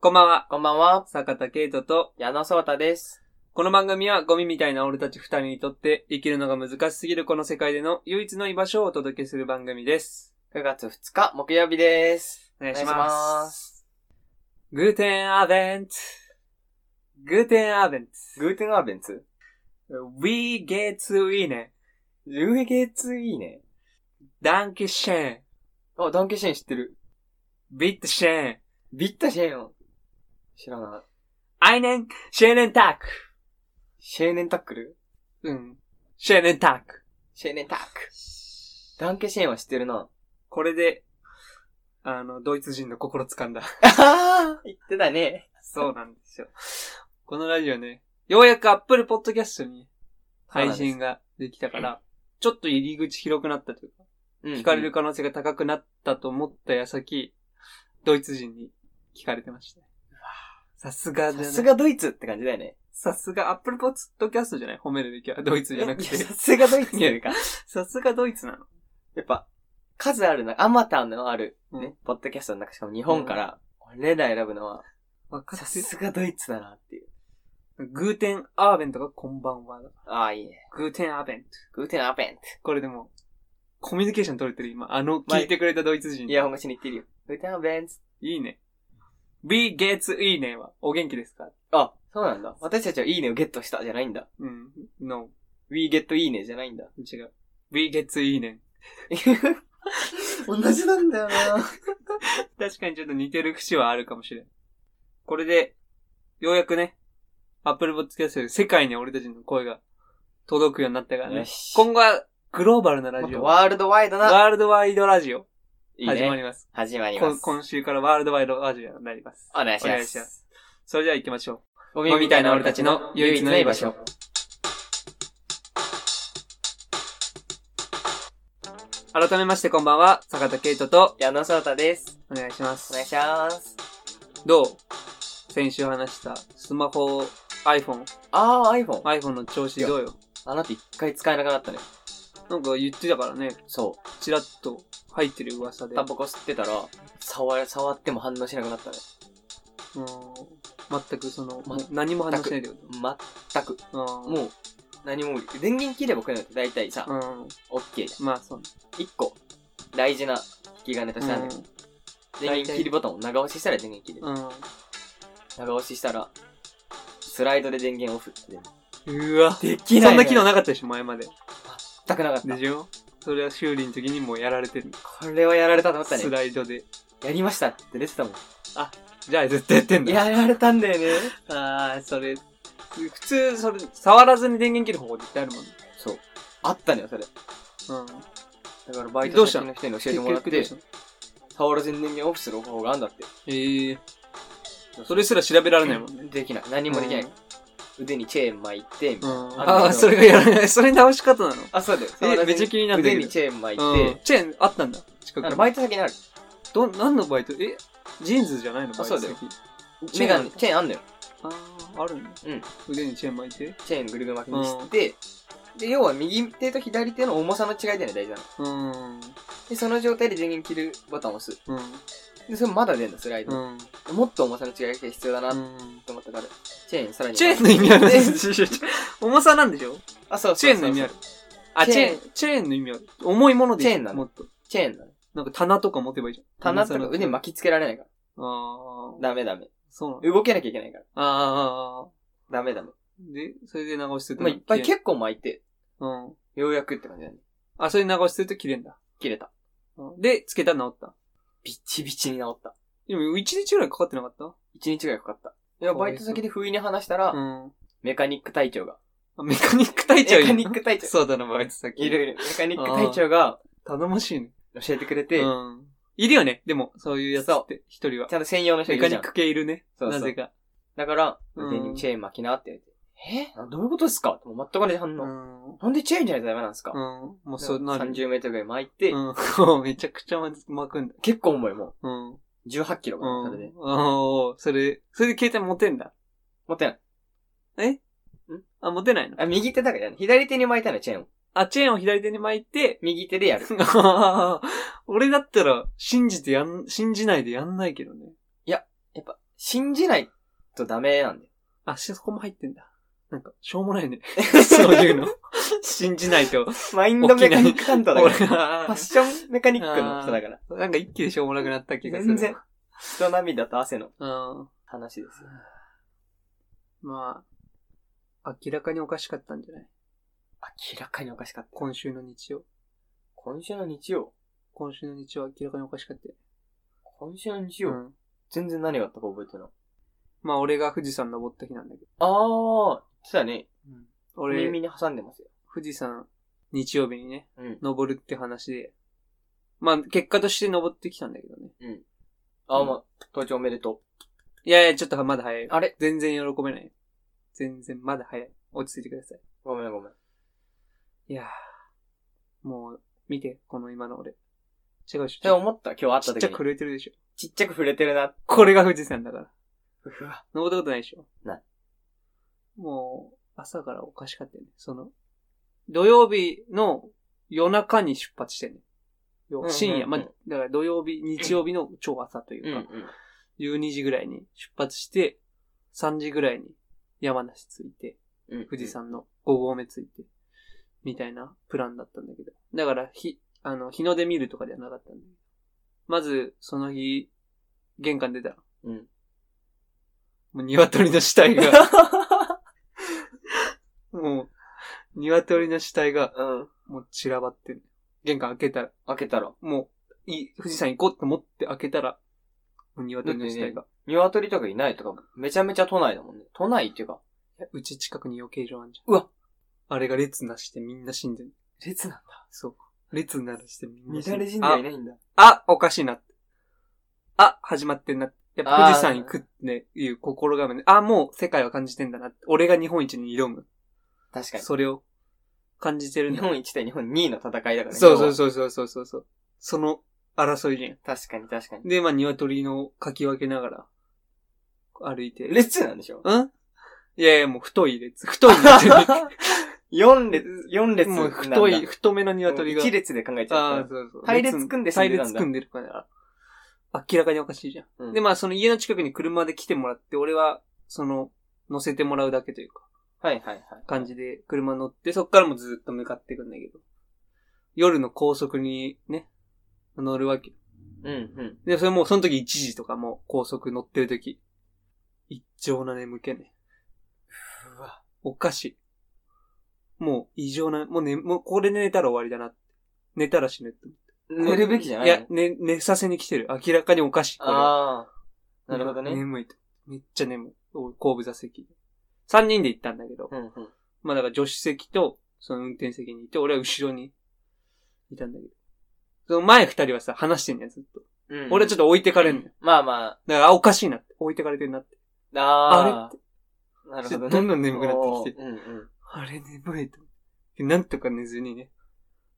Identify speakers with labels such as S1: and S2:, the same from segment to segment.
S1: こんばんは、
S2: こんばんは、
S1: 坂田圭人と、
S2: 矢野聡太です。
S1: この番組はゴミみたいな俺たち二人にとって生きるのが難しすぎるこの世界での唯一の居場所をお届けする番組です。
S2: 9月2日、木曜日です。
S1: お願いし
S2: お願いし
S1: ま。
S2: ます
S1: グーテンアーベンツ。グーテンアーベンツ。
S2: グーテンアーベンツ
S1: We get to i n
S2: 上月いいね。
S1: ダンキシェン。
S2: あ、ダンケシェン知ってる。
S1: ビットシェン。
S2: ビッタシェン知らない。
S1: アイネン、シェーネンタック。
S2: シェーネンタックル
S1: うん。シェーネンタック。
S2: シェーネンタック。ダンケシェンは知ってるな。
S1: これで、あの、ドイツ人の心掴 んだ。
S2: あ言ってたね。
S1: そうなんですよ。このラジオね、ようやく Apple Podcast に配信ができたから、ちょっと入り口広くなったというか、聞
S2: 聞
S1: かれる可能性が高くなったと思った矢先、ドイツ人に聞かれてましたね。さすがだ
S2: さ
S1: ね。
S2: す。がドイツって感じだよね。
S1: さすが Apple Podcast じゃない褒めるべきはドイツじゃなく
S2: いや
S1: て
S2: さ。すがドイツっていうか。
S1: さすがドイツなの。
S2: やっぱ、数あるな、あまたのある、ね、
S1: うん
S2: ポッドキャストの中、しかも日本から、俺ら選ぶのは、
S1: わか
S2: さ
S1: ってる
S2: すがドイツだなっていう。
S1: グーテンアーベントがこんばんはだ。
S2: ああ、いいね。
S1: グーテンアーベント。
S2: グーテンアーベン
S1: これでも、コミュニケーション取れてる今。あの、聞いてくれたドイツ人
S2: ト。イ。ヤホン越しに言ってるよ。グーテンアーベンツ。
S1: いいね。We get いいねは、お元気ですか
S2: あ、そうなんだ。私たちはいいねをゲットしたじゃないんだ。
S1: うん。No.
S2: We get いいねじゃないんだ。
S1: 違う。We get いいね。
S2: 同じなんだよな
S1: 確かにちょっと似てる節はあるかもしれん。これで、ようやくね、Apple Podcast で世界に俺たちの声が届くようになったから
S2: よ
S1: ね。
S2: し。
S1: 今後はグローバルなラ
S2: もっ
S1: ジ
S2: と
S1: オ。
S2: ワールドワイドな、
S1: ワールドワイドラジオ。
S2: いい
S1: 始ま
S2: ね。
S1: ります。
S2: 始まり
S1: こ
S2: ま
S1: ん
S2: す。
S1: 今週からワールドワイドラジオになります。
S2: お願いし
S1: お
S2: ま。
S1: 願いしますそれでは行きましょう。
S2: ゴ
S1: ミみたいな俺たちの唯一の居場所。改めましてこんばんは、坂田圭人と、
S2: 矢野聡太です。
S1: お願いします。
S2: お願いします。
S1: どう先週話したスマホ、iPhone、
S2: あー、iPhone。
S1: iPhone の調子どうよ
S2: あなた一回使えなくなったね。
S1: なんか言ってたからね、
S2: そう。
S1: ちらっと入ってる噂で。
S2: タバコ吸ってたら、触れ、触っても反応しなくなったね。
S1: うん全くその、
S2: ま
S1: もう何も反応しないでよ。
S2: 全く。
S1: も
S2: もう、何も、電源切ればこういうのって大体さ
S1: う、ん、
S2: オッケーじ
S1: まあそうね。
S2: ゃん。一個、大事な引き金としてあるんだけど、電源切りボタンを長押ししたら電源切れる。
S1: うん。うん
S2: 長押ししたら、スライドで電源オフって出る。
S1: うわ。
S2: で
S1: そ
S2: き
S1: ん
S2: ない、
S1: な機能なかったでしょ、前まで。
S2: 全くなかった
S1: で。しょそれは修理の時にもうやられてる。
S2: これはやられたと思った
S1: ス
S2: ね。
S1: ライドで。
S2: やりましたって出てたもん。
S1: じゃあ絶対やってんだ。
S2: やられたんだよね。
S1: ああ、それ、普通、それ、触らずに電源切る方法絶対あるもんね。
S2: そう。あったのよ、それ。
S1: うん。
S2: だからバイ
S1: ど
S2: ト
S1: うした
S2: 先
S1: の
S2: の人に教えてもらっ
S1: 結局どう
S2: て
S1: し、たの
S2: 触らずに電源オフする方法があるんだって。
S1: ええそれすら調べられないもんね。
S2: できない。何もできない。腕にチェーン巻いて、みたいな
S1: うん。
S2: あ
S1: ああ、
S2: の
S1: それがやらない。そ れ直し方なの
S2: あ、そうだよ。
S1: え
S2: 触らず
S1: めっちゃ気になってる
S2: 腕にチェーン巻いて、
S1: うん。チェーンあったんだ。近
S2: あ
S1: く
S2: の
S1: に。
S2: バイト先にある。
S1: ど、何のバイトえジーンズじゃないのバイト
S2: そうだ
S1: 先
S2: よ。
S1: チェー
S2: メ
S1: ンある
S2: ガネ、チェーンあんのよ。
S1: ああ、あるの
S2: うん。
S1: 腕にチェーン巻いて。
S2: チェーンぐるぐる巻きにして、で、要は右手と左手の重さの違いだよね、大事なの。
S1: うん。
S2: で、その状態で電源切るボタンを押す。
S1: うん。
S2: で、それまだ出るの、スライ
S1: う
S2: ド。
S1: ん。
S2: もっと重さの違いが必要だな
S1: う
S2: と
S1: ん。
S2: 思ったから、チェーンさらに。
S1: チェーンの意味ある
S2: で
S1: 重さなんでしょ
S2: あ、そう
S1: チェーンの意味あ
S2: る。
S1: る。あ、チ
S2: チェ
S1: ェ
S2: ーン
S1: ーン、チェーンの意味ある。重いものでいい
S2: チェーンなの
S1: もっと。
S2: チェーンなの。
S1: なんか棚とか持てばいいじゃん。
S2: 棚とか腕
S1: ま
S2: 巻きつけられないから。
S1: ああ。
S2: ダメダメ。
S1: そうなんだ。
S2: 動けなきゃいけないから。
S1: ああ。
S2: ダメダメ。
S1: で、それで流してると。
S2: まあ、いっぱい結構巻いて、
S1: うん。
S2: ようやくって感じだね。
S1: あ、それで流してると切れんだ。
S2: 切れた。
S1: うんで、つけたら治った。
S2: ビチビチに治った。
S1: でも、1日ぐらいかかってなかっ
S2: 一日ぐらいかかった。いや、バイト先で不意に話したら、
S1: たうん。
S2: メカニック隊長が。
S1: あメカニック隊長い
S2: メ
S1: る
S2: カニック隊長。
S1: そうだな、バイト先。
S2: いるいる。メカニック隊長が
S1: 頼もしいね。
S2: 教えてくれて、
S1: うん。いるよね。でも、そういうやつって、一人は
S2: ち。ゃんと専用の人
S1: メ
S2: い
S1: カ
S2: る
S1: ニ
S2: じ
S1: ッ
S2: ゃん。
S1: ク系いるね。
S2: そうそう
S1: なぜか。
S2: だから、
S1: うん
S2: 腕にチェーン巻きなって言われて、えどういうことですかもう全く同じ反
S1: う
S2: 応。
S1: ん。うん。
S2: なんでチェーンじゃないとダメなんですか
S1: もう、そうなる。
S2: ?30 メートルぐらい巻いて、
S1: うん。 めちゃくちゃ巻くんだ。
S2: 結構重いも
S1: うん。
S2: う。18キロかな、
S1: う
S2: それ
S1: ん
S2: で。。
S1: おーそれ、それで携帯持てんだ。
S2: 持ってない。
S1: あ、持てないの
S2: あ、右手だからやね。左手に巻いたの、チェーンを。
S1: あ、チェーンを左手に巻いて、
S2: 右手でやる。
S1: あー俺だったら、信じてやん、信じないでやんないけどね。
S2: やっぱ、信じないとダメなんだよ。
S1: あ、しそこも入ってんだ。なんか、しょうも ないね。 そういうの。信じないと。
S2: マインドメカニック担当だから。
S1: 俺
S2: ファ
S1: が
S2: ッ、ションメカニックの人だから。
S1: なんか一気にしょうもなくなった気がする。
S2: 全然。。血と涙と汗の
S1: うん。
S2: 話ですよ。
S1: まあ、明らかにおかしかったんじゃない
S2: 明らかにおかしかった。
S1: 今週の日曜。
S2: 今週の日曜
S1: 今週の日曜は明らかにおかしかったよ。
S2: 今週の日
S1: う
S2: 曜、
S1: ん。
S2: 全然何があったか覚えてない。
S1: まあ、俺が富士山登った日なんだけど。
S2: あー、そうだね。
S1: 俺、
S2: 耳に挟んでますよ。
S1: 富士山、日曜日にね、
S2: うん。
S1: 登るって話で。まあ、結果として登ってきたんだけどね。
S2: あ
S1: う
S2: ー、
S1: ん
S2: まあ、登頂おめでと。。
S1: いやいや、ちょっとまだ早いう
S2: あれ
S1: 全然喜べない。全然まだ早い。落ち着いてください。
S2: ごめんごめん。
S1: いやー。もう、見て、この今の俺。違うでし
S2: それ
S1: ょ。
S2: 思った今日会っ
S1: ち
S2: た
S1: っちゃ
S2: 時
S1: く
S2: に。
S1: 震えてるでしょ。
S2: ちっちゃく触れてるな。
S1: これが富士山だから。
S2: うわ。
S1: 登ったことないでしょ。
S2: ない。
S1: もう、朝からおかしかったよね。その、土曜日の夜中に出発してね。よ
S2: うんうんうん
S1: 深夜、まあ、だから土曜日、日曜日の超朝という
S2: うんう
S1: か、
S2: ん。
S1: 12時ぐらいに出発して、3時ぐらいに山梨着いて、
S2: うん
S1: 富士。山の5合目ついて、みたいなプランだったんだけど。だから、日、あの、日の出見るとかではなかったんだけど。まず、その日、玄関出たら、
S2: うん。
S1: もう鶏の死体 が、もう、鶏の死体が、
S2: うん。
S1: もう散らばってる。玄関開けたら、
S2: 開けたら。
S1: もう、いい、富士山行こうと思って開けたら、もう鶏の死体が。
S2: 鶏とかいないとか、めちゃめちゃ都内だもんね。都内っていうか、
S1: いやうち近くに養鶏場あんじゃん。
S2: うわ
S1: あれが列なしてみんな死んでる。
S2: 列なんだ。
S1: そう。列なしてみんな
S2: 乱れ
S1: 死ん
S2: 死
S1: で
S2: んではいないんだ。
S1: あ、おかしいな。あ、始まってんな。やっぱ富士山行くっていう心構えね。あ、もう世界は感じてんだな。俺が日本一に挑む。
S2: 確かに。
S1: それを感じてるん
S2: 日
S1: だ。
S2: 本1対日本2位の戦いだからね。
S1: そうそう
S2: う。
S1: そうそうそうそうそう。その争いじゃん。
S2: 確かに確かに。
S1: で、まあ、鶏のかき分けながら歩いて。ん
S2: 列なんでしょ
S1: いやいや、もう太い列。太い列。
S2: ?4 列、4列
S1: も
S2: な
S1: うん
S2: だ。
S1: 太い、太めの鶏が。
S2: 1列で考えちゃ
S1: ああ、
S2: う。
S1: そうそう。
S2: 隊列組んで死んでたん
S1: 隊
S2: だ
S1: 列組んでるから。明らかにおかしいじゃん。
S2: うん
S1: で、まあ、その家の近くに車で来てもらって、俺は、その、乗せてもらうだけというか、
S2: はいはいはい。
S1: 感じで車乗って、そっからもずっと向かっていくんだけど。夜の高速にね、乗るわけ。
S2: うんうん。
S1: で、それもうその時1時とかもう高速乗ってる時。一常な眠気ね。
S2: うわ。
S1: おかしい。もう異常な、もうね、もうこれで寝たら終わりだなって。寝たら死ぬって。
S2: 寝るべきじゃない
S1: いや、寝、寝させに来てる。明らかにおかしい。これは
S2: ああ。なるほどね。
S1: 眠いと。めっちゃ眠い。俺後部座席。3人で行ったんだけど、
S2: うんうん。
S1: まあだから助手席と、その運転席にいて、俺は後ろにいたんだけど。その前二人はさ、話してんねん、ずっと。
S2: うん
S1: 俺はちょっ
S2: っ
S1: と置いてかれんのよ。
S2: まあま
S1: だから、あ、おかしいなって。置いてかれてるなって。
S2: あ。ああ。なる
S1: ち
S2: ほ
S1: ょっと
S2: どね。
S1: どんどん眠くなってきて。
S2: おーうん
S1: あれ、眠いと。なんとか寝ずにね。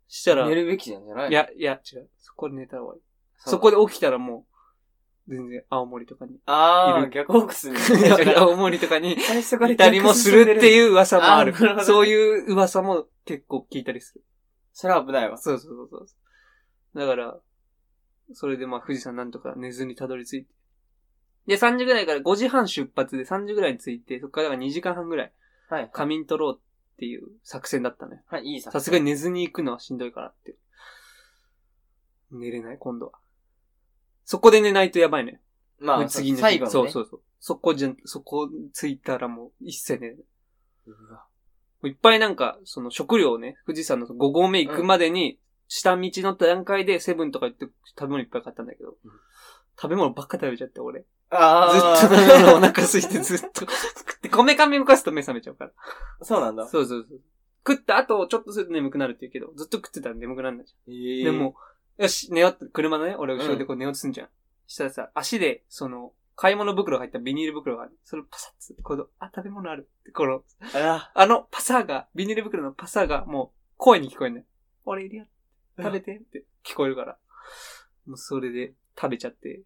S1: した
S2: う
S1: ら、
S2: ん。寝
S1: い
S2: るべきじゃんじゃない
S1: や、いや、違う。そこで寝たら終わり。そこで。起きたらもう、全然青森とかに。
S2: あ
S1: い
S2: あ、
S1: る
S2: 逆ホークスに。
S1: 青森とかに
S2: 最初
S1: いたりもするって
S2: う。
S1: いう噂もある
S2: あなるほど。ね
S1: そういう噂も結構聞いたりする。
S2: それは危ないわ。
S1: そうそうそうそう。だから、それでまあ富士山なんとか寝ずにたどり着いて。で、3時ぐらいから5時半出発で3時ぐらいに着いて、そっからだから2時間半ぐらい
S2: はい。
S1: 仮眠取ろうっていう作戦だったね。
S2: はい、いいさ。
S1: さすがに寝ずに行くのはしんどいからって。寝れない、今度は。そこで寝ないとやばいね。
S2: ま
S1: もう
S2: あ、
S1: 次
S2: 次
S1: の日
S2: 最後のね。
S1: そうそうそう。そこじゃ、そこ着いたらもう一切寝れない。
S2: うわ。
S1: いっぱいなんか、その食料をね、富士山の5合目行くまでに、下道の段階でセブンとか行って食べ物いっぱい買ったんだけど、
S2: うん
S1: 食べ物ばっか食べちゃって、俺。ず
S2: ああ。
S1: っと食べ物お腹空いてずっと食って、こめかみ動かすと目覚めちゃうから。
S2: そうなんだ。
S1: そうそうそう。食った後、ちょっとすると眠くなるって言うけど、ずっと食ってたら眠くなるんだじゃん。で
S2: で、
S1: も、よし、寝ようって、車のね、俺後ろでこう寝ようとすんじゃん。したらさ、足で、その、買い物袋が入ったビニール袋がある。それをパサッと、この、あ、食べ物あるって、この、
S2: あ
S1: あの、パサーが、ビニール袋のパサーが、もう、声に聞こえんねん。俺いるよ。
S2: うん
S1: 食べてって聞こえるから。もうそれで食べちゃって、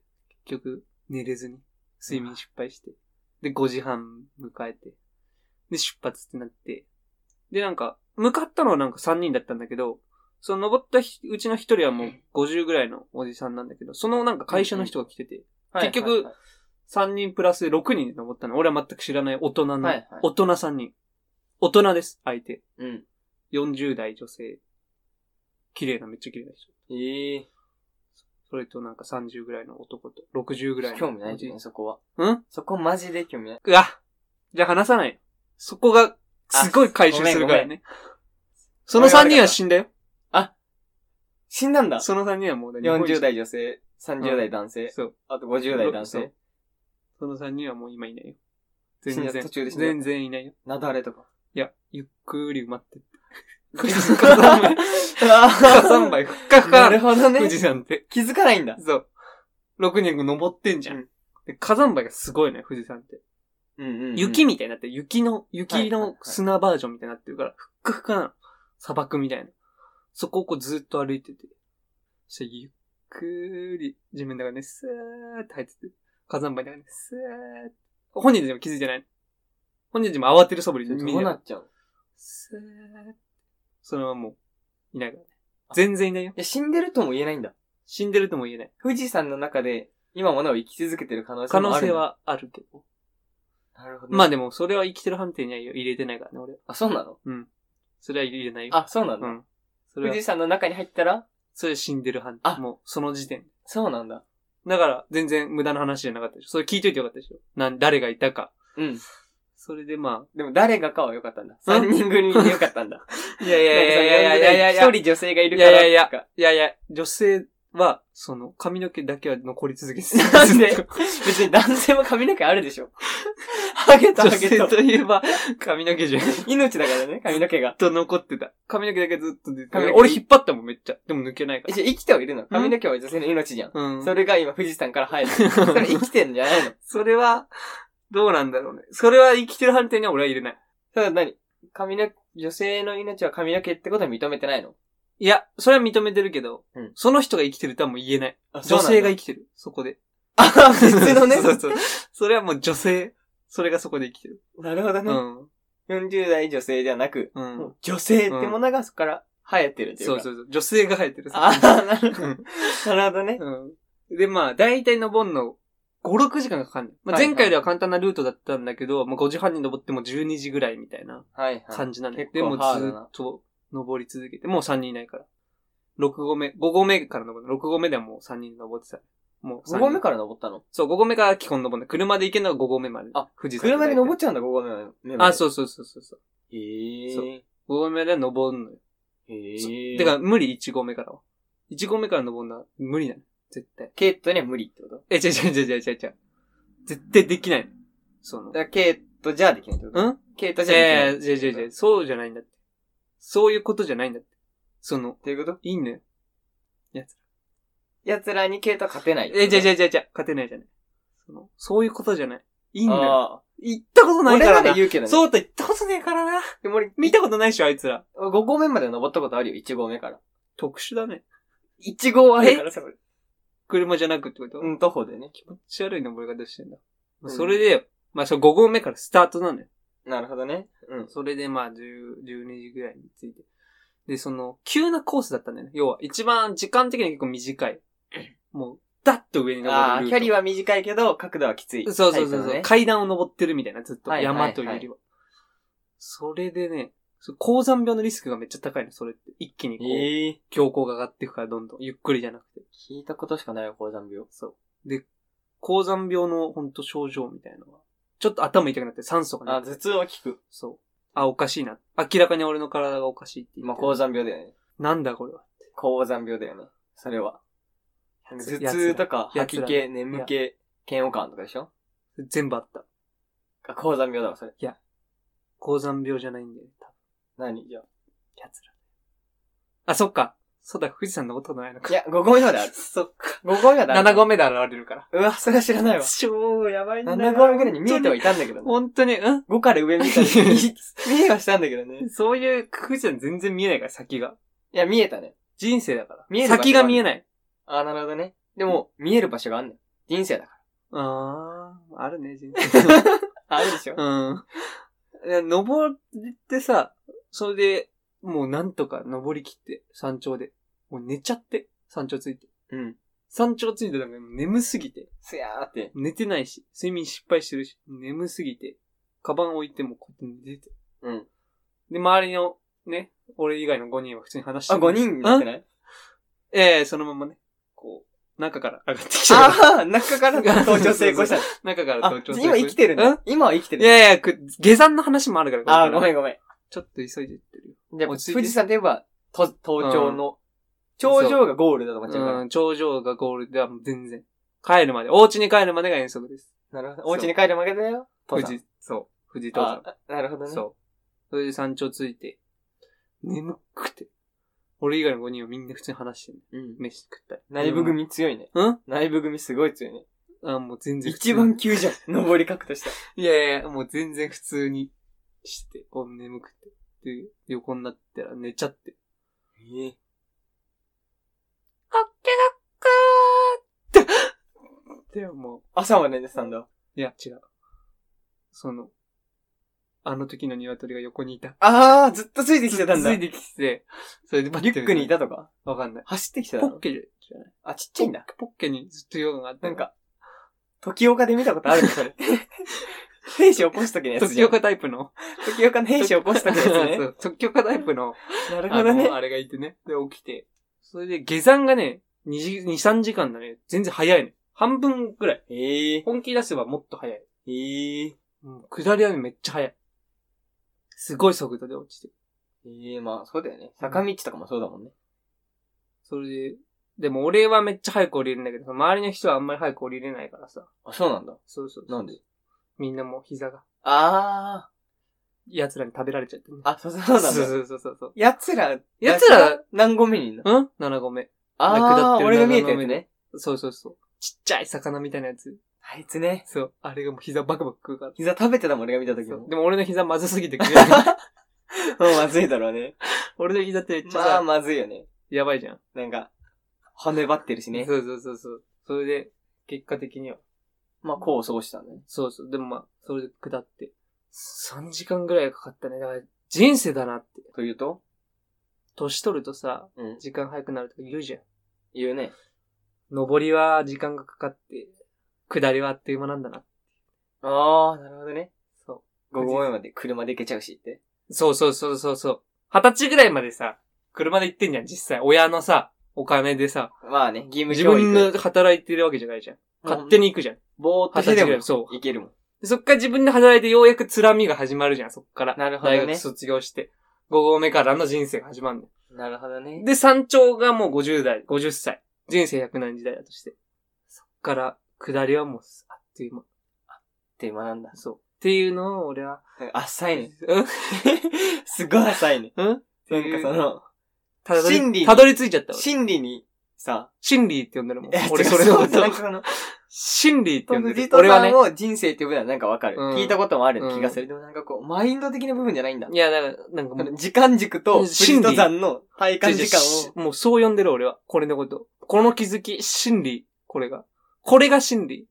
S1: 結局、寝れずに、睡眠失敗して。で、5時半迎えて。で、出発ってなって。で、なんか、向かったのはなんか3人だったんだけど、その登ったひうちの1人はもう50ぐらいのおじさんなんだけど、そのなんか会社の人が来てて、
S2: ら
S1: 結局、 3人プラス6人で登ったの。俺は全く知らない大人の、
S2: はいはい
S1: 大人3人。大人です、相手。
S2: うん。
S1: 40代女性。綺麗な、めっちゃ綺麗な人。
S2: ええ
S1: それとなんか30ぐらいの男と、60ぐらいの。
S2: 興味ないですね、そこは。
S1: うん
S2: そこマジで興味ない。
S1: うわじゃあ話さない。そこが、すごい回収するから
S2: あごめ
S1: ね。その3人は死んだよ。
S2: 死んだんだ。
S1: その3人はもうね
S2: 40。代女性、30
S1: 日
S2: 代男
S1: 本一
S2: 性、
S1: そう。
S2: あと50代男性。
S1: その3人はもう今いないよ。
S2: 死ん
S1: 全
S2: だ
S1: 然。
S2: 途中で死んだ
S1: 全然いないよ。
S2: なだれとか。
S1: いや、ゆっくり埋ま ってって。火山灰。火山灰、ふっかふ
S2: な
S1: か
S2: る
S1: なの。
S2: ほどね
S1: 富。士山って。
S2: 気づかないんだ。
S1: そう。6人が登ってんじゃ。
S2: うん
S1: で火山灰がすごいのよ、富士山って。
S2: うんうんうん。
S1: 雪みたいになって、雪の、雪
S2: はいはいは
S1: の
S2: い
S1: 砂バージョンみたいになってるから、ふっかふかなの。砂漠みたいな。そこをこうずっと歩いてて。そしてゆっくり、地面の中にね、スーって入ってて。火山灰の中にスーって。本人たちも気づいてないの。本人たちも慌てる素振りで見
S2: どうなっちゃうのい
S1: スーって。そのままもう、いないからね。全然いないよ。
S2: や、死んでるとも言えないんだ。
S1: 死んでるとも言えない。
S2: 富士山の中で、今もなお生き続けてる可能性
S1: 可
S2: も
S1: 能
S2: ある。
S1: 性。はあるけど。
S2: なるほどね。
S1: まあでも、それは生きてる判定には入れてないからね、俺は。
S2: あ、そうなの
S1: うん。それは入れないよ。
S2: あ、そうな
S1: う
S2: の
S1: ん。それ
S2: 富
S1: は
S2: 士、山の中に入ったら
S1: それ死んでる判定。
S2: あ
S1: もう、その時点。
S2: そうなんだ。
S1: だから、全然無駄な話じゃなかったでしょ。それ聞いといてよかったでしょ。なん、誰がいたか。
S2: うん。
S1: それでま
S2: でも誰がかは良かったんだ。三人組で良かったんだ。
S1: あ。いやい
S2: い一人女性がいるから
S1: いやいや
S2: とか
S1: いやいや、女性は、その、髪の毛だけは残り続けてた
S2: なんで
S1: ずっと
S2: 別に男性も髪の毛あるで しょ。ハゲとハ
S1: 女
S2: ゲ
S1: 性
S2: と。
S1: といえば、髪の毛じゃん。ずっ
S2: 命だからね、髪の毛が。
S1: と残ってた。髪の毛だけずっと出てた
S2: 髪の毛
S1: 俺引っ張ったもん、めっちゃ。でも抜けないか
S2: え
S1: ら。
S2: じゃあ生きてはいるの髪の毛は女性の命じゃん。
S1: うん。
S2: それが今富士山から生え てる。それ生きてんじゃないの
S1: それは、どうなんだろうね。それは生きてる判定には俺は入れない。
S2: ただ何髪の、女性の命は髪の毛ってことは認めてないの
S1: いや、それは認めてるけど、
S2: うん
S1: その人が生きてるとはもう言えない。
S2: あ
S1: 女性が
S2: い
S1: 生きてる。そこで。
S2: あ、 別のね。
S1: そうそう。それはもう女性。それがそこで生きてる。
S2: なるほど
S1: う
S2: ね。
S1: ん。
S2: 40代女性ではなく、
S1: う
S2: も
S1: ん
S2: う。女性ってものがそこから生えてるというか。
S1: そうそうそう。女性が生えてる。
S2: ああ、なるほど。なるほどね。
S1: うん。で、まあ、だいたい登るの、5、6時間かかんない。まあ、
S2: はいはい
S1: 前回よりは簡単なルートだったんだけど、まあ5時半に登っても12時ぐらいみたいな
S2: はいはい。
S1: 感じなんで、
S2: 結
S1: で
S2: 構
S1: も
S2: ハード
S1: ず
S2: な
S1: っと登り続けて、もう3人いないから。6合目、5合目から登る。6合目ではもう3人登ってた。もう
S2: 5
S1: 三人
S2: 合目から登ったの
S1: そう、5合目から基本登るんだ。車で行けるのが5合目まで。
S2: あ、
S1: 富士山。
S2: 車で登っ
S1: ち
S2: ちゃうんだ、5合目まで。。
S1: あ、そううそうそうそうそう。
S2: へえ。
S1: そう5合目で登るのよ。
S2: へえ。
S1: てか、、無理、1合目からは。1合目から登るのは無理なの。絶対。
S2: ケイトには無理ってこと
S1: え、違う違う違う違う違う違う。絶対できないの。その
S2: だか。らケイトじゃできないってこと
S1: ん
S2: ケイトじゃできない。
S1: えー、違う違う違う。そうじゃないんだって。そういうことじゃないんだって。その、
S2: ということ
S1: いいのよ。
S2: 奴らにケイトは勝てない。
S1: え、違う
S2: ゃ
S1: 違う違う違う。勝てないじゃない。その、そういうことじゃない。いいんだよ。
S2: あ
S1: 行ったこと
S2: あ。
S1: ない
S2: 俺
S1: から
S2: ら
S1: な
S2: で。言うけどね。
S1: そうと行ったことねえからな。
S2: でも俺、
S1: 見たことないでしょ、あいつら。
S2: 5合目まで登ったことあるよ、1合目から。
S1: 特殊だね。
S2: 1合あるから
S1: え
S2: さ、それ
S1: 車じゃなくってこと
S2: うん、徒歩でね。
S1: 気持ち悪い登り方してんだ。
S2: うん
S1: それで、まあ、その5合目からスタートなのよ。
S2: なるほどね。うん。
S1: それで、まあ、10、12時ぐらいに着いて。で、その、急なコースだったんだよね。要は、一番時間的には結構短 い。もう、ダッと上に登る
S2: あ
S1: ルート。
S2: あ、距離は短いけど、角度はきつい。
S1: そうそうそう
S2: タイプ
S1: そう、
S2: のね
S1: 階段を登ってるみたいな、ずっと。
S2: はいはいはい
S1: 山というよりは。それでね、そう高山病のリスクがめっちゃ高いの、それって。一気にこう、
S2: ええ。
S1: 標高が上がっていくから、どんどん。ゆっくりじゃなくて。
S2: 聞いたことしかないよ、高山病。
S1: そう。で、高山病のほんと症状みたいなのは、ちょっと頭痛くなって酸素が
S2: あ、
S1: ね、
S2: 頭痛は効く。
S1: そう。あ、おかしいな。明らかに俺の体がおかしいって言
S2: ま
S1: っ
S2: あ、
S1: て。
S2: 高山病だよね。
S1: なんだこれは。
S2: 高山病だよね。それは。頭
S1: つ
S2: 痛とか、
S1: やつ
S2: 吐
S1: ら
S2: き気、眠気、嫌悪感とかでしょ
S1: 全部あった。
S2: あ高山病だわ、それ。
S1: 高山病じゃないんだよ。多分
S2: 何じゃ
S1: 奴ら。あ、そっか。そうだ、富士山登ったことないの
S2: あ
S1: か。
S2: いや、5合目まであ る。
S1: そっか。
S2: 5合目まである。
S1: 7合目で現れるから。
S2: 目。うわ、それは知らないわ。
S1: 超やばいんだよ。
S2: 7合目ぐらいに見えてはいたんだけどね。
S1: 本当に、うん
S2: 5から上見 た見えはしたんだけどね。
S1: そういう、富士山全然見えないから、先が。
S2: いや、見えたね。
S1: 人生だから。
S2: 見える場所
S1: 先が見えない。
S2: あーなるほどね。でも、見える場所があんねん。人生だか
S1: あー、あるね、人生。
S2: ら。あるでしょ
S1: うんいや。登ってさ、それで、もうなんとか登りきって、山頂で。もう寝ちゃって、山頂ついて。
S2: うん。
S1: 山頂ついたのが眠すぎて、
S2: すやーって。
S1: 寝てないし、睡眠失敗してるし、眠すぎて、カバン置いてもこうやって寝てて。
S2: うん。
S1: で、周りの、ね、俺以外の5人は普通に話して
S2: あ、
S1: る
S2: 5人になって
S1: あ
S2: ない
S1: ええそのままね、こう、中から上がってきた。
S2: ああ、中から登頂 成功した。
S1: 中から
S2: あ
S1: 登、頂
S2: 今生きてるんだ。今は生きて
S1: い
S2: るんだ。
S1: やいやく、下山の話もあるから。
S2: あー、ごめん
S1: ん。
S2: ごめん。
S1: ちょっと急いでってるよ。
S2: でも、
S1: 落ち着いて
S2: 富士山といえば、と登頂の、頂上がゴールだと思っちゃうから
S1: うん、頂上がゴールではもう全然。帰るまで、お家に帰るまでが遠足です。。
S2: なるほど。お家に帰る負けだよ。
S1: 富
S2: 登山。
S1: 士、そう。富士登山
S2: あ。なるほどね。
S1: そう。それで山頂ついて、眠くて。俺以外の5人はみんな普通に話してる。
S2: うん。
S1: 飯食ったり。
S2: 内部組強いね。
S1: うん
S2: 内部組すごい強いね。
S1: あ、もう全然普通に
S2: 一。番急じゃん。 登り格とした。
S1: いやいや、もう全然普通にして、お眠くて。で、横になったら寝ちゃって。
S2: ええ。
S1: あっけだっかーって。で、もう、
S2: 朝まで寝てたんだ。
S1: いや、違う。その、あの時の鶏が横にいた。
S2: ああ、ずっとついてきてたんだ。
S1: ついてきて、それでバッ
S2: リュックにい
S1: た。
S2: たとか
S1: わかんない。
S2: 走ってきてた
S1: ポ
S2: の
S1: ッケじゃない
S2: あ、ちっちゃいんだ。。
S1: ポッケにずっとヨガがあった。
S2: なん、か、時岡で見たことあるのそれ。 兵士起こすときのやつじ
S1: 時
S2: ゃん。
S1: 岡タイプの。
S2: 時岡の兵士起こすと きのやつ
S1: そ
S2: ね。
S1: う特許化タイプの、
S2: なる
S1: あ
S2: ほどね
S1: の、。あれがいてね。で、起きて。それで、下山がね、2時、2、3時間だね。全然早いね。半分ぐらい。
S2: ええ。
S1: 本気出せばもっと早い。
S2: ええ。
S1: うん、下りはね、めっちゃ早い。すごい速度で落ちてる。
S2: ええ、まあ、そうだよね。坂道とかもそうだもんね。
S1: それで、でも俺はめっちゃ早く降りれるんだけど、周りの人はあんまり早く降りれないからさ。
S2: あ、そうなんだ。
S1: そうそうそう
S2: なんで
S1: みんなもう膝が、
S2: あ
S1: 奴らに食べられちゃってね。
S2: あ。あ、そうそうなん
S1: そう
S2: だ。
S1: そうそうそうそう。
S2: 奴ら、
S1: 奴ら、
S2: 何合目にいんの
S1: うん ?7 合目。
S2: あ
S1: 下っ
S2: あ、
S1: てる
S2: 俺が見えてる
S1: 斜め
S2: ね。
S1: そうそうそう。ちっちゃい魚みたいなやつ。
S2: あいつね。
S1: そう。あれがもう膝バクバク食うから。
S2: 膝食べてたもん、俺が見たとき
S1: そう
S2: も。
S1: でも俺の膝まずすぎてくれ
S2: うん、 まずいだろうね。
S1: 俺の膝って めっちゃ
S2: まあ、
S1: さ、
S2: まずいよね。
S1: やばいじゃん。
S2: なんか、羽ばってるしね。
S1: そうそうそうそう。それで、結果的には。
S2: まあ、こうそうしたね。
S1: そうそう。でもまあ、それで下って。3時間ぐらいかかったね。だから、人生だなって。
S2: というと
S1: 年取るとさ、
S2: うん。
S1: 時間早くなるとか言うじゃん。
S2: 言うね。
S1: 上りは時間がかかって、下りはあっという間なんだな。
S2: ああ、なるほどね。
S1: そ
S2: 午後目まで車で行けちゃうしって。
S1: う。そうそうそうそうそう。二十歳ぐらいまでさ、車で行ってんじゃん、実際。親のさ、お金でさ、
S2: まあね、義務
S1: 自
S2: 教育。
S1: 分の働いてるわけじゃないじゃん。勝手に行くじゃん。
S2: ぼーっと
S1: 二
S2: し
S1: 十歳
S2: てで
S1: ぐら
S2: も
S1: い。、そう。
S2: いけるもん。
S1: でそっから自分で働いてようやくつらみが始まるじゃん、そっから。
S2: なるほどね
S1: 大学卒業して。5合目からの人生が始まるの。
S2: なるほどね。
S1: で、山頂がもう50代、50歳。人生100年時代だとして。そっから、下りはもう、あっという間。
S2: って学んだ。
S1: そう。っていうのを俺は、
S2: なんか浅いね。
S1: うん
S2: すごい浅いね。
S1: うん
S2: なんかその、
S1: たど
S2: 真理
S1: り、たどり着いちゃったわ。
S2: 心理に、さ、
S1: 心理って呼んでるもん
S2: いや。
S1: 俺
S2: 違う
S1: それのこ
S2: うなん
S1: と
S2: か。その、
S1: 心理って呼んで
S2: 藤
S1: る。
S2: 戸
S1: 俺は
S2: さん
S1: ね。
S2: を人生って呼ぶのはなんかわかる。
S1: うん
S2: 聞いたこともある気がする。でもなんかこう、マインド的な部分じゃないんだ
S1: い。や、だから、なんかもう、
S2: 時間軸と、
S1: 心
S2: 藤
S1: 理
S2: 戸さんの体感時間
S1: 違う違
S2: を、
S1: うもうそう呼んでる俺は。これのこと。この気づき、真理。これが。これが真理。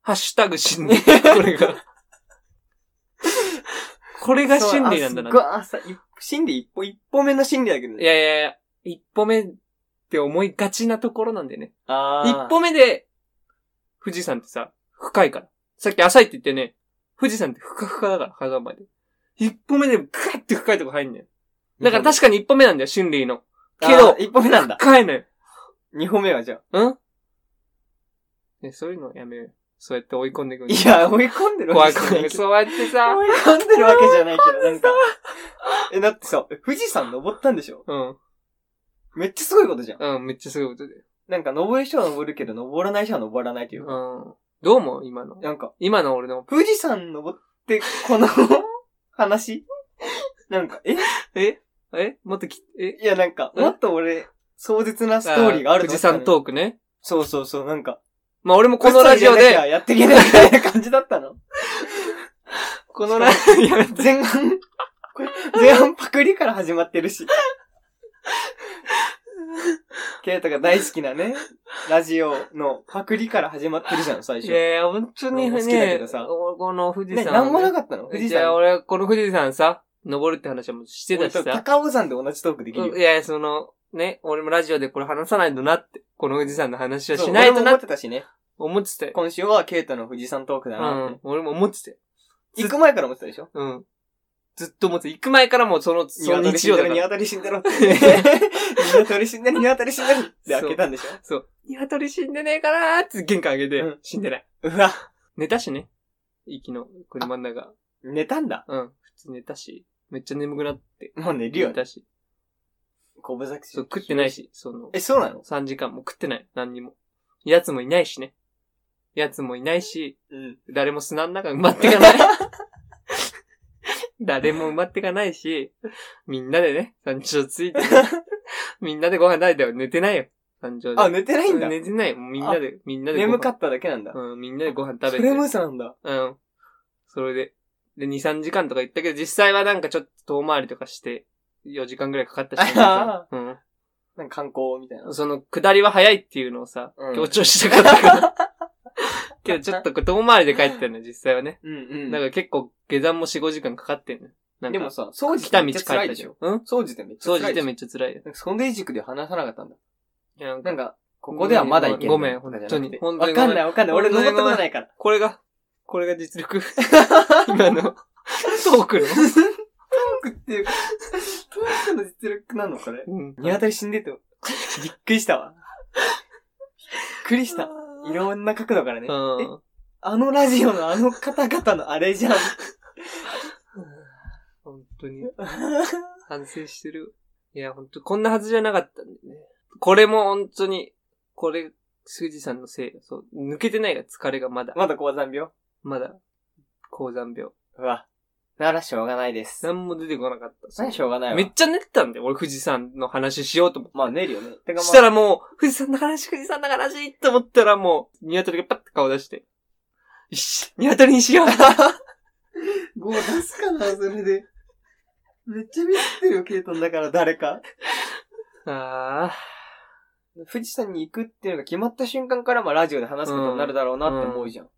S1: ハッシュタグ真 理。これが。これが真理なんだな。
S2: そうあすっごい浅い心理一歩、一歩目の心理だけど
S1: い
S2: ね。
S1: やいやいや、一歩目って思いがちなところなんだよね。
S2: あー
S1: 一歩目で、富士山ってさ、深いから。さっき浅いって言ってね、富士山ってふかふかだから、火山まで。一歩目でグーって深いとこ入んねよ。だから確かに一歩目なんだよ、真理の。
S2: あー
S1: けど、
S2: 一歩目なんだ。
S1: 深いのよ。
S2: 二歩目はじゃあ。
S1: うんね、そういうのやめよう。そうやって追い込んでいくんだ
S2: いや、追い込んでるわ
S1: 怖
S2: け
S1: い
S2: じゃ
S1: 怖
S2: ない
S1: い。
S2: け
S1: そうやっ
S2: ど。
S1: てさ、
S2: 追い込んでるわけじゃないけど、なんか。え、だってさ、富士山登ったんでしょ
S1: うん。
S2: めっちゃすごいことじゃん。
S1: うん、めっちゃすごいことで。
S2: なんか、登る人は登るけど、登らない人は登らないといううんか。。
S1: どうも、今の。
S2: なんか、
S1: 今の俺の、
S2: 富士山登って、この 話なんか、え
S1: ええもっとき、え
S2: いや、なんか、
S1: うん
S2: もっと俺、壮絶なストーリーがある
S1: 富士山
S2: と。
S1: トークね。
S2: そうそうそう、なんか、
S1: まあ俺もこのラジオ
S2: 嘘入れな
S1: で、
S2: きゃやっていけないみたいな感じだったの。
S1: このラジオ、やめて
S2: 前半、これ前半パクリから始まってるし。ケイトが大好きなね、ラジオのパクリから始まってるじゃん、最
S1: い
S2: 初。
S1: やいや、本当に
S2: 好きだけ
S1: ね
S2: ど、さ
S1: おこの富士
S2: ね、
S1: 山をね。
S2: なんもなかったの富士
S1: じゃあ
S2: 山。
S1: 俺、この富士山さ、登るって話はもうしてたし
S2: 俺と
S1: さ。
S2: 高尾山で同じトークできるよ
S1: うん。いや、その、ね、俺もラジオでこれ話さないとなって、このおじさんの話はしないとな
S2: っ
S1: って
S2: てたしね。
S1: 思ってたよ。
S2: 今週はケイトの富士山トークだ
S1: う
S2: なっ
S1: ん、俺も思ってたよ。
S2: て。行く前から思ってたでしょ
S1: うん。ずっと思ってた、行く前からもうその、その
S2: 鶏
S1: 日
S2: 死ん
S1: 曜
S2: だ
S1: だか
S2: ろ、
S1: ら。
S2: 鶏死んだ ろって。鶏死んだろ、鶏死んだろって開けたんでしょ
S1: そう。鶏死んでねえかなーって玄関開けて、
S2: うん
S1: 死んでない。
S2: うわ、
S1: 寝たしね。息の車の中。
S2: 寝たんだ。
S1: うん。普通寝たし、めっちゃ眠くなって。
S2: もう寝るよ
S1: 寝。たし。
S2: 小ぶざくし
S1: そう、食ってない。し、その、
S2: え、そうなの
S1: 3時間も食ってない。何にも。奴もいないしね。奴もいないし、
S2: うん。
S1: 誰も砂の中埋まってかない。誰も埋まってかない し、みんなでね、山頂ついて、みんなでご飯食べたよ。寝てないよ。山頂で。
S2: あ、寝てないんだ。
S1: 寝てないよ。みんなで、みんなでご飯。
S2: 眠かっただけなんだ。
S1: うん、みんなでご飯食べ
S2: そ
S1: て。
S2: れ無さなんだ。
S1: うん。それで、で、2、3時間とか行ったけど、実際はなんかちょっと遠回りとかして、4時間ぐらいかかったし、
S2: あ
S1: うん。
S2: なんか観光みたいな。
S1: その、下りは早いっていうのをさ、
S2: うん
S1: 強調したかった から。けど、ちょっとこう遠回りで帰ってたのよ、実際はね。
S2: うんう
S1: だ
S2: ん。
S1: から結構、下山も4、5時間かかってんのよ。なんか
S2: でもさ、掃除
S1: 来
S2: って
S1: た
S2: め
S1: 道
S2: っ
S1: 帰
S2: ちゃ
S1: っ
S2: 辛
S1: た
S2: いで
S1: でし
S2: しょ
S1: ょ。うん
S2: 掃除ってめっちゃ
S1: 掃
S2: 辛
S1: 除
S2: い
S1: っ
S2: で
S1: て
S2: しょ。
S1: めっちゃ辛いよ。
S2: なんかそんでい塾で話さなかったんだ。
S1: いやなん
S2: なん
S1: か、
S2: か、ここではまだいけない。
S1: ごめんごめん本当に本当に
S2: わかんないわかんない。俺
S1: 本当
S2: 登っ
S1: に
S2: た
S1: ごめ
S2: こ
S1: ん
S2: とない から。
S1: これが、これが実力。 今の、トークの。
S2: トークっていうか、トークの実力なのこれ。
S1: うん
S2: 鶏死んでて、びっくりしたわ。びっくりした。いろんな角度からね。
S1: う
S2: え
S1: ん。
S2: あのラジオのあの方々のあれ じゃん。
S1: 本当に。反省してる。いや、本当こんなはずじゃなかったんだよね。これも本当に、これ、すじさんのせい。そう、抜けてないが疲れがまだ、
S2: まだ高山病
S1: まだ、高山病。
S2: うわ。ならしょうがないです。
S1: 何も出てこなかった。
S2: ならしょうがないわ。
S1: めっちゃ寝てたんだよ、俺富士山の話しようと思って。
S2: まあ寝るよね。てかまあ
S1: したらもう、富士山の話、富士山の話って思ったらもう、鶏がパッと顔出して、よし、鶏にし よう
S2: 5出すかな、それで。めっちゃ見ってるよ、ケイトンだから、誰か。
S1: ああ。
S2: 富士山に行くっていうのが決まった瞬間から、まあラジオで話すことになるだろうなって思うじゃん。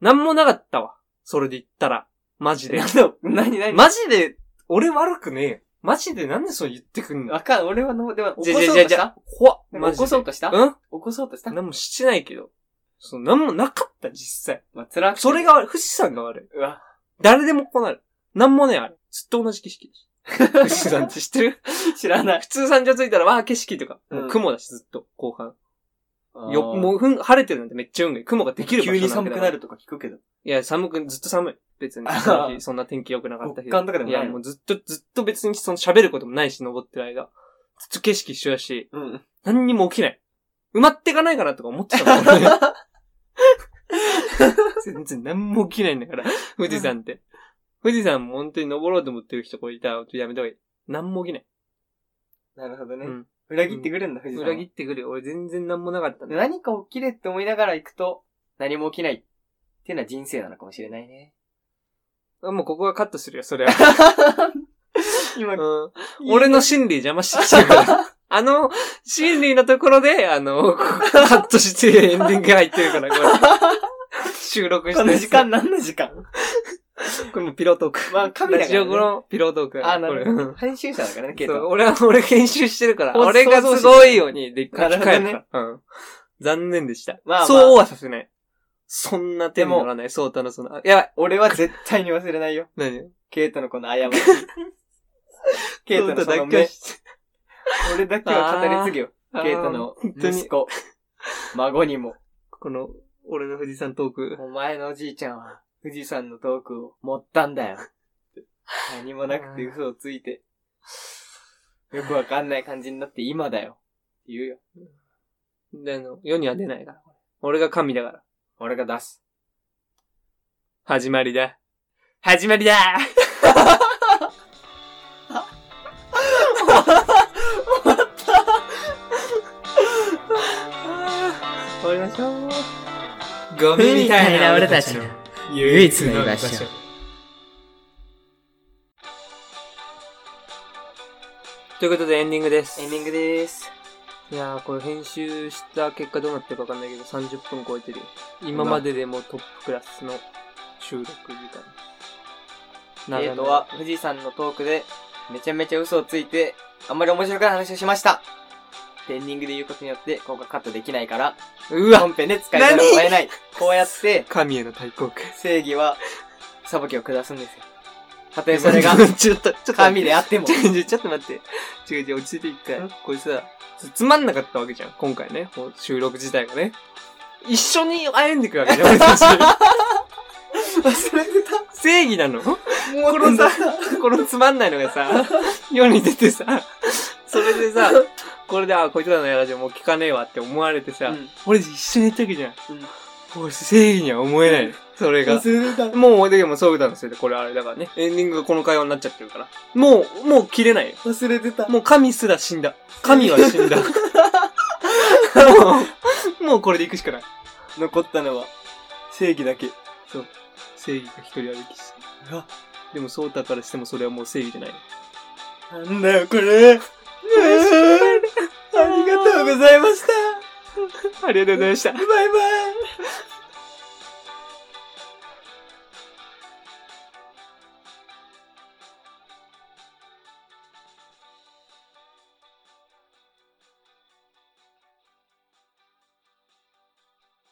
S1: なんもなかったわ。それで言ったら。マジで。
S2: なになに
S1: マジで、俺悪くねえよ。マジでなんでそう言ってくんの
S2: わかん、俺はの、でも、起
S1: じゃ
S2: こ
S1: じ
S2: そ
S1: ゃ
S2: う
S1: じゃ
S2: と
S1: じ
S2: し
S1: ゃ
S2: た。
S1: ほわ、
S2: なんか
S1: マ
S2: 起
S1: ジ
S2: こそ
S1: で
S2: う。とした起
S1: うん
S2: こそうとした
S1: 何もしてないけど。そう、何もなかった、実際。
S2: まあ、辛くて
S1: それ、が悪い、富士山が悪い。
S2: うわ、
S1: 誰でもこうなる。何もねえ、あれ。ずっと同じ景色だし。 富士山って知ってる
S2: 知らない。
S1: 普通山頂着いたら、わあ、景色とか。もう
S2: うん
S1: 雲だし、ずっと、後半。よ、
S2: う、
S1: もう、ふん、晴れてるなんてめっちゃ運がいい。雲ができる場所
S2: 急に
S1: ん
S2: 寒
S1: て
S2: くなるとか聞くけど。
S1: いや、寒く、ずっと寒い。別に。
S2: あは
S1: その
S2: は
S1: 日そんな天気良くなかった
S2: 極寒とかでもないの
S1: や、もうずっと、ずっと別にその喋ることもないし、登ってる間。ずっと景色一緒だし、
S2: うん。
S1: 何にも起きない。埋まってかないかなとか思ってたもん、 ね、全然何も起きないんだから、富士山って。富士山も本当に登ろうと思ってる人これいたら、やめた方がいい。何も起きない。
S2: なるほどね。
S1: うん
S2: 裏切ってくるんだ、富士山は。
S1: 裏切ってくるよ。俺全然何もなかったんだ。
S2: 何か起きれって思いながら行くと、何も起きない。っていうのは人生なのかもしれないね。
S1: もうここはカットするよ、そ れは。
S2: 今、
S1: うん 俺の心理邪魔してきてるから。 あの、心理のところで、あの、カットしてエンディングが入ってるから、 これ。収録して
S2: こ
S1: る
S2: の時間何の時間
S1: これもピロートーク。
S2: まあ神だからね
S1: ラジオ後のピロートークだ
S2: あ、
S1: ね
S2: な
S1: これ
S2: るほど。編集者だからね、ケイ
S1: そう
S2: ト。
S1: 俺は、俺研修してるから、
S2: 放送
S1: 俺がすごいようにでっかく書
S2: なる
S1: い
S2: ほどね
S1: た。うん。残念でした。
S2: まあまあ
S1: そうはさせない。そんな手も乗らない。そうたのその、あやばい。
S2: 俺は絶対に忘れないよ。
S1: 何
S2: ケイトのこの 過ち。ケイトのその
S1: そうただ
S2: 目
S1: け。
S2: 俺だけは語り継ぐよ。
S1: は
S2: ケイトの
S1: 本当に
S2: 息、子。孫にも。
S1: この、俺の富士山トーク。
S2: お前のおじいちゃんは、富士山のトークを持ったんだよ。何もなくて嘘をついて、よくわかんない感じになって今だよ。言うよ。
S1: であの、世には出ないから。俺が神だから。
S2: 俺が出す。
S1: 始まりだ。始まりだ終わりましょう。ゴ
S3: ミみたいな俺たちの
S1: 唯
S3: 一の居場所。
S1: ということでエンディングです。
S2: エンディングでーす。
S1: いやー、これ編集した結果どうなってるかわかんないけど、30分超えてるよ。今まででもトップクラスの収録時間。
S2: ケイトは富士山のトークで、めちゃめちゃ嘘をついて、あんまり面白くない話をしました。エンディングで言うことによって、ここがカットできないから、
S1: うわ
S2: 本編で使いざるを得ない。こうやって、
S1: 神への対抗か。
S2: 正義は、裁きを下すんですよ。たとえそれが、
S1: ちょっと、ちょっと。
S2: 神であっても
S1: ち。ょ、ちょちょっと待って。違う違う、落ち着いて一回
S2: ん。
S1: これさ、つつまんなかったわけじゃん。今回ね、こう収録自体がね。一緒に歩んでいくわけじ ゃん、俺たち。
S2: 忘れてた。
S1: 正義なのこ
S2: もう
S1: のさ、このつまんないのがさ、世に出てさ、それでさ、これで、あ、こいつらのやらじゃもう聞かねえわって思われてさ、
S2: うん
S1: 俺一緒にやったわけじゃん。これ正義には思えないの。それが。
S2: 忘れた。
S1: もう、でも、そういう歌のせいで、これあれだからね。エンディングがこの会話になっちゃってるから。もう、もう切れないよ。
S2: 忘れてた。
S1: もう神すら死んだ。神は死ん だ。もう、もうこれで行くしかない。
S2: 残ったのは、正義だけ。
S1: 正義が一人歩きして。
S2: うわ
S1: でも、ソータからしてもそれはもう正義じゃない。
S2: なんだよ、これ。うーんありがとうございました。
S1: ありがとうございました。
S2: バイバイ。